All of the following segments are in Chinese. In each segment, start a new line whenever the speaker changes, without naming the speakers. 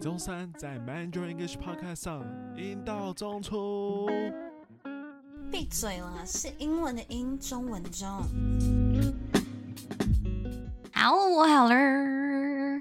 周三在 Mandarin English Podcast 上音到中出。
闭嘴啦，是英文的英，中文的中。好，我好了。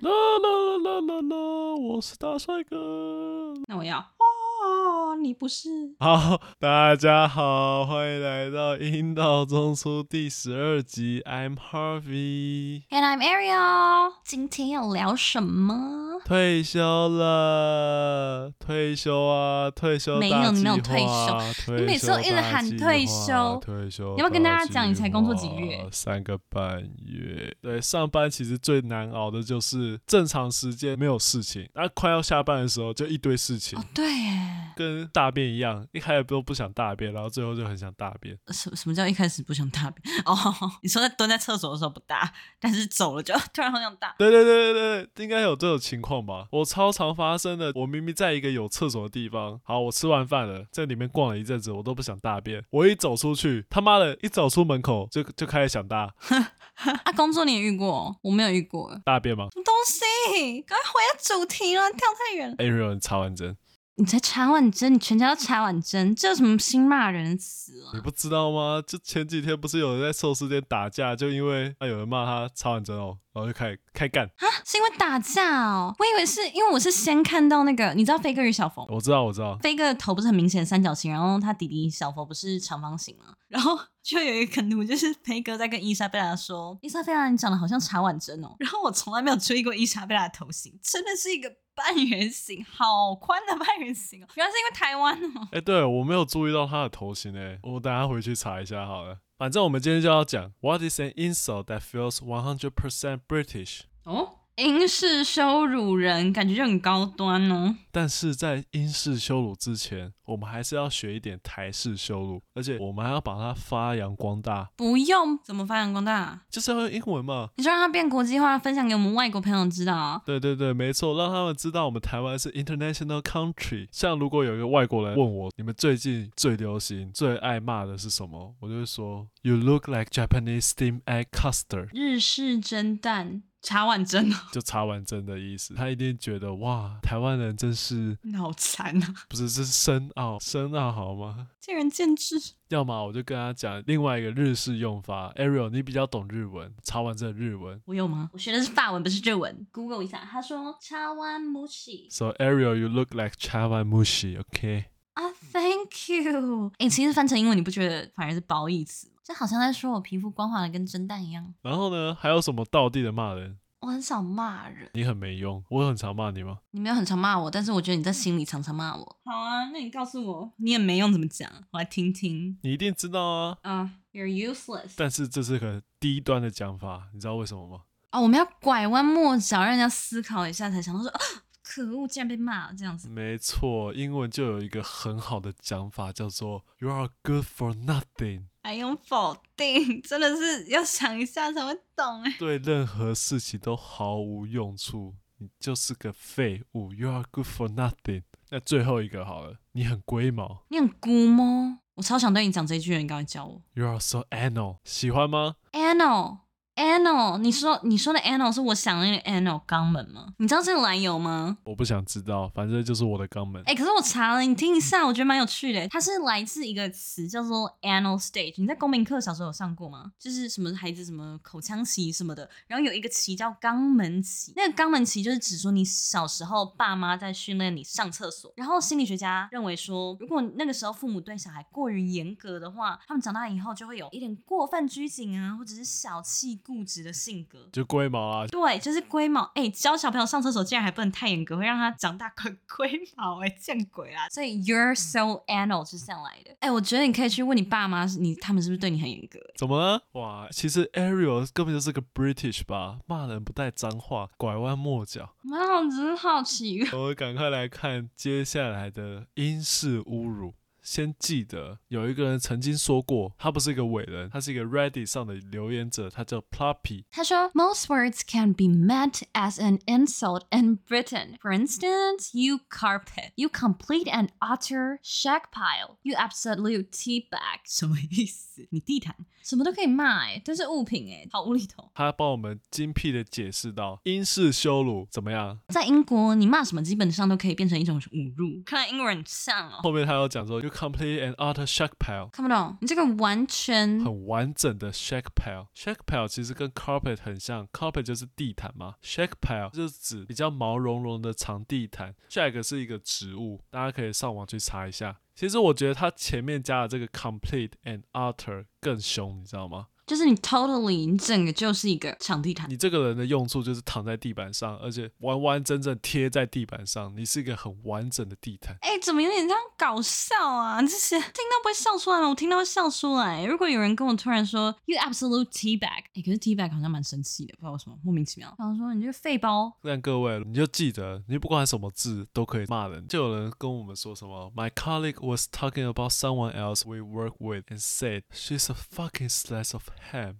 啦啦啦啦啦，我是大帅哥。
那我要哦，你不是
好，大家好，欢迎来到音到中出第十二集。I'm Harvey，
？And I'm Ariel。今天要聊什么？
退休了，退休啊，退休
没有
大
你
计
没有
划
退休
退
你每次都
休
一直
大
喊
计
退
划
休
退休。
你要不要跟大家讲你才工作几
个
月
三个半月。对，上班其实最难熬的就是正常时间没有事情，那快要下班的时候就一堆事情。
哦，对耶，
跟大便一样，一开始都不想大便，然后最后就很想大便。
什什么叫一开始不想大便？哦，你说在蹲在厕所的时候不大，但是走了就 突然好想大。
对对对对对，应该有这种情况吧？我超常发生的。我明明在一个有厕所的地方，好，我吃完饭了，在里面逛了一阵子，我都不想大便。我一走出去，他妈的，一走出门口就就开始想大
啊，工作你也遇过？我没有遇过。什
大便吗
么东西？赶快回到主题了，跳太远了。
？Ariel 你插完针，
你才插碗针，你全家都插碗针，这有什么新骂人的词啊？
你不知道吗？就前几天不是有人在寿司店打架，就因为啊有人骂他插完针哦，然后就开始开干。
是因为打架哦？我以为是因为我是先看到那个，你知道飞哥与小冯
我知道，我知道，
飞哥的头不是很明显的三角形，然后他弟弟小佛不是长方形吗？ 然后就有一个梗图，就是飞哥在跟伊莎贝拉说：“伊莎贝拉，你长得好像茶碗蒸哦。” 然后我从来没有注意过伊莎贝拉的头型，真的是一个半圆形，好宽的半圆形哦。 原来是因为台湾哦。
哎、对我没有注意到他的头型诶、我等下回去查一下好了。反正我们今天就要讲 What is an insult that feels 100% British？
哦，英式羞辱人，感觉就很高端哦。
但是在英式羞辱之前，我们还是要学一点台式羞辱，而且我们还要把它发扬光大，
不用，怎么发扬光大？
就是要用英文嘛。
你就让它变国际化，分享给我们外国朋友知道啊。
对对对，没错，让他们知道我们台湾是 international country。像如果有一个外国人问我，你们最近最流行、最爱骂的是什么，我就会说，You look like Japanese steamed egg custard，
日式蒸蛋茶碗蒸哦，
就查完真的意思。他一定觉得哇，台湾人真是
脑残啊！
不是这是深奥，深奥好吗？
见仁见智。
要么我就跟他讲另外一个日式用法，Ariel，你比较懂日文，查完这日文
我有吗？我学的是法文，不是日文。Google 一下，他说 chawanmushi
，So Ariel，you look like chawamushi，OK？、
啊，Thank you。哎、其实翻成英文，你不觉得反而是褒义词吗？这好像在说我皮肤光滑的跟蒸蛋一样。
然后呢，还有什么道地的骂人？
我很少骂人，
你很没用，我很常骂你吗？
你没有很常骂我，但是我觉得你在心里常常骂我。好啊，那你告诉我，你也没用怎么讲，我来听听。
你一定知道啊，
啊、y o u r e useless。
但是这是很低端的讲法，你知道为什么吗？
哦，我们要拐弯抹角，让人家思考一下，才想到说，啊、可恶，竟然被骂了这样子。
没错，英文就有一个很好的讲法，叫做 "You are good for nothing"，
还用否定，真的是要想一下才会懂哎。
对任何事情都毫无用处，你就是个废物。You are good for nothing。那最后一个好了，你很龟毛。
你很估吗？我超想对你讲这一句的，你赶快教我。
You are so anal，喜欢吗？
Anal Anal，你说你说的 Anal 是我想的那个 Anal 肛门吗？你知道这个来由吗？
我不想知道，反正就是我的肛门。
哎、可是我查了，你听一下，我觉得蛮有趣的。它是来自一个词叫做 anal stage。你在公民课小时候有上过吗？就是什么孩子什么口腔期什么的，然后有一个期叫肛门期。那个肛门期就是指说你小时候爸妈在训练你上厕所。然后心理学家认为说，如果那个时候父母对小孩过于严格的话，他们长大以后就会有一点过分拘谨啊，或者是小气固执的性格。
就龟毛啊，
对，就是龟毛。哎、教小朋友上厕所竟然还不能太严格，会让他长大很 龟毛、哎，见鬼啦！所以 you're so anal 就是这样来的。哎、我觉得你可以去问你爸妈，你他们是不是对你很严格、
怎么了？哇，其实 Ariel 根本就是个 British 吧，骂人不带脏话，拐弯抹角。
没有，只是好奇。
我们赶快来看接下来的英式侮辱。先记得有一个人曾经说过，他不是一个伟人，他是一个 Reddit 上的留言者，他叫 Ploppy。
他说，Most words can be meant as an insult in Britain. For instance, you carpet, you complete and utter shag pile, you absolute teabag. 什么意思？你地毯，什么都可以骂哎、都是物品哎、好无厘头。
他帮我们精辟的解释到英式羞辱怎么样？
在英国，你骂什么基本上都可以变成一种侮辱。看来英国人很像哦，
后面他有讲说，you complete an utter shack pile，
看不懂，你这个完全
很完整的 shack pile。shack pile 其实跟 carpet 很像，carpet 就是地毯嘛，shack pile 就是指比较毛茸茸的长地毯。shag 是一个植物，大家可以上网去查一下。其实我觉得他前面加的这个 complete and utter 更凶，你知道吗？
就是你 totally，你整个就是一个场地毯。
你这个人的用处就是躺在地板上，而且完完整整贴在地板上，你是一个很完整的地毯。
哎、怎么有点像搞笑啊？这些听到不会笑出来吗？我听到会笑出来。如果有人跟我突然说 “You absolute teabag”，哎、可是 teabag 好像蛮生气的，不知道为什么，莫名其妙。然后说你这个废包，
让各位，你就记得，你不管什么字都可以骂人。就有人跟我们说什么，My colleague was talking about someone else we work with and said she's a fucking slice of ham。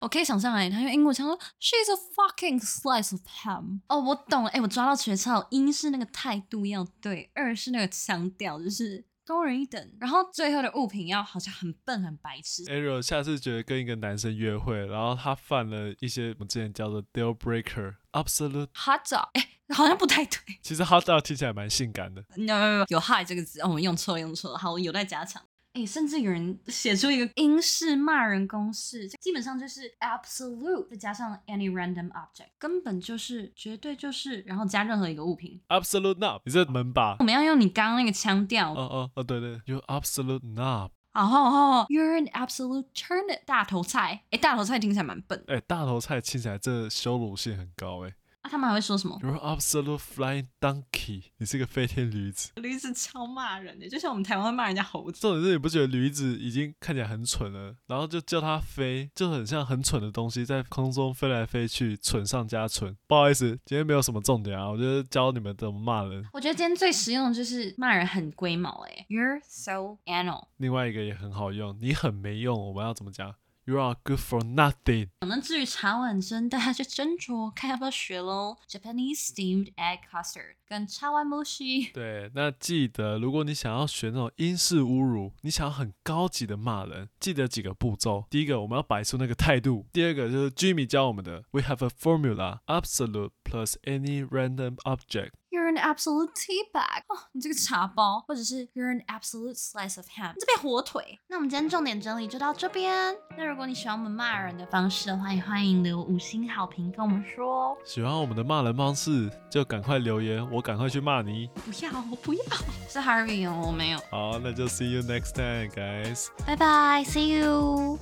我可以想象哎，他用英国腔说 “She's a fucking slice of ham”。哦，我懂了，哎、我抓到诀窍，一是那个态度要对，二是那个腔调就是高人一等，然后最后的物品要好像很笨很白痴。
Ariel 下次觉得跟一个男生约会，然后他犯了一些我们之前叫做 deal breaker absolute，
hot dog，哎、好像不太对。
其实 hot dog 听起来蛮性感的。
no no no，有 hi 这个字，哦，我们用错了用错了，好，我有待加强。哎，甚至有人写出一个英式骂人公式，基本上就是 absolute 再加上 any random object，根本就是绝对就是，然后加任何一个物品。
Absolute knob，你这门把
我。们要用你刚刚那个腔调，
哦哦哦，对对，You absolute knob。
然后哦，you're an absolute turnip，大头菜。哎，大头菜听起来蛮笨
哎，大头菜听起来这羞辱性很高哎。
啊，他们还会说什么？
You're absolute flying donkey，你是个飞天驴子。
驴子超骂人的，就像我们台湾骂人家猴子。
重点是你不觉得驴子已经看起来很蠢了，然后就叫它飞，就很像很蠢的东西在空中飞来飞去，蠢上加蠢。不好意思，今天没有什么重点啊，我就是教你们怎么骂人。
我觉得今天最实用的就是骂人很龟毛、哎，You're so anal。
另外一个也很好用，你很没用，我们要怎么讲？You are good for nothing。
那至于茶碗蒸，大家就斟酌看要不要学喽。Japanese steamed egg custard 跟茶碗蒸西，
对，那记得，如果你想要学那种英式侮辱，你想要很高级的骂人，记得几个步骤。第一个，我们要摆出那个态度；第二个就是 Jimmy 教我们的，We have a formula: absolute plus any random object。
You're an absolute tea bag，哦，你这个茶包，或者是 You're an absolute slice of ham，你这边火腿。那我们今天重点整理就到这边。那如果你喜欢我们骂人的方式的话，也欢迎留五星好评跟我们说哦。
喜欢我们的骂人方式，就赶快留言，我赶快去骂你。
不要，不要，是 Harvey 哦，我没有。
好，那就 see you next time, guys.
拜拜，See you。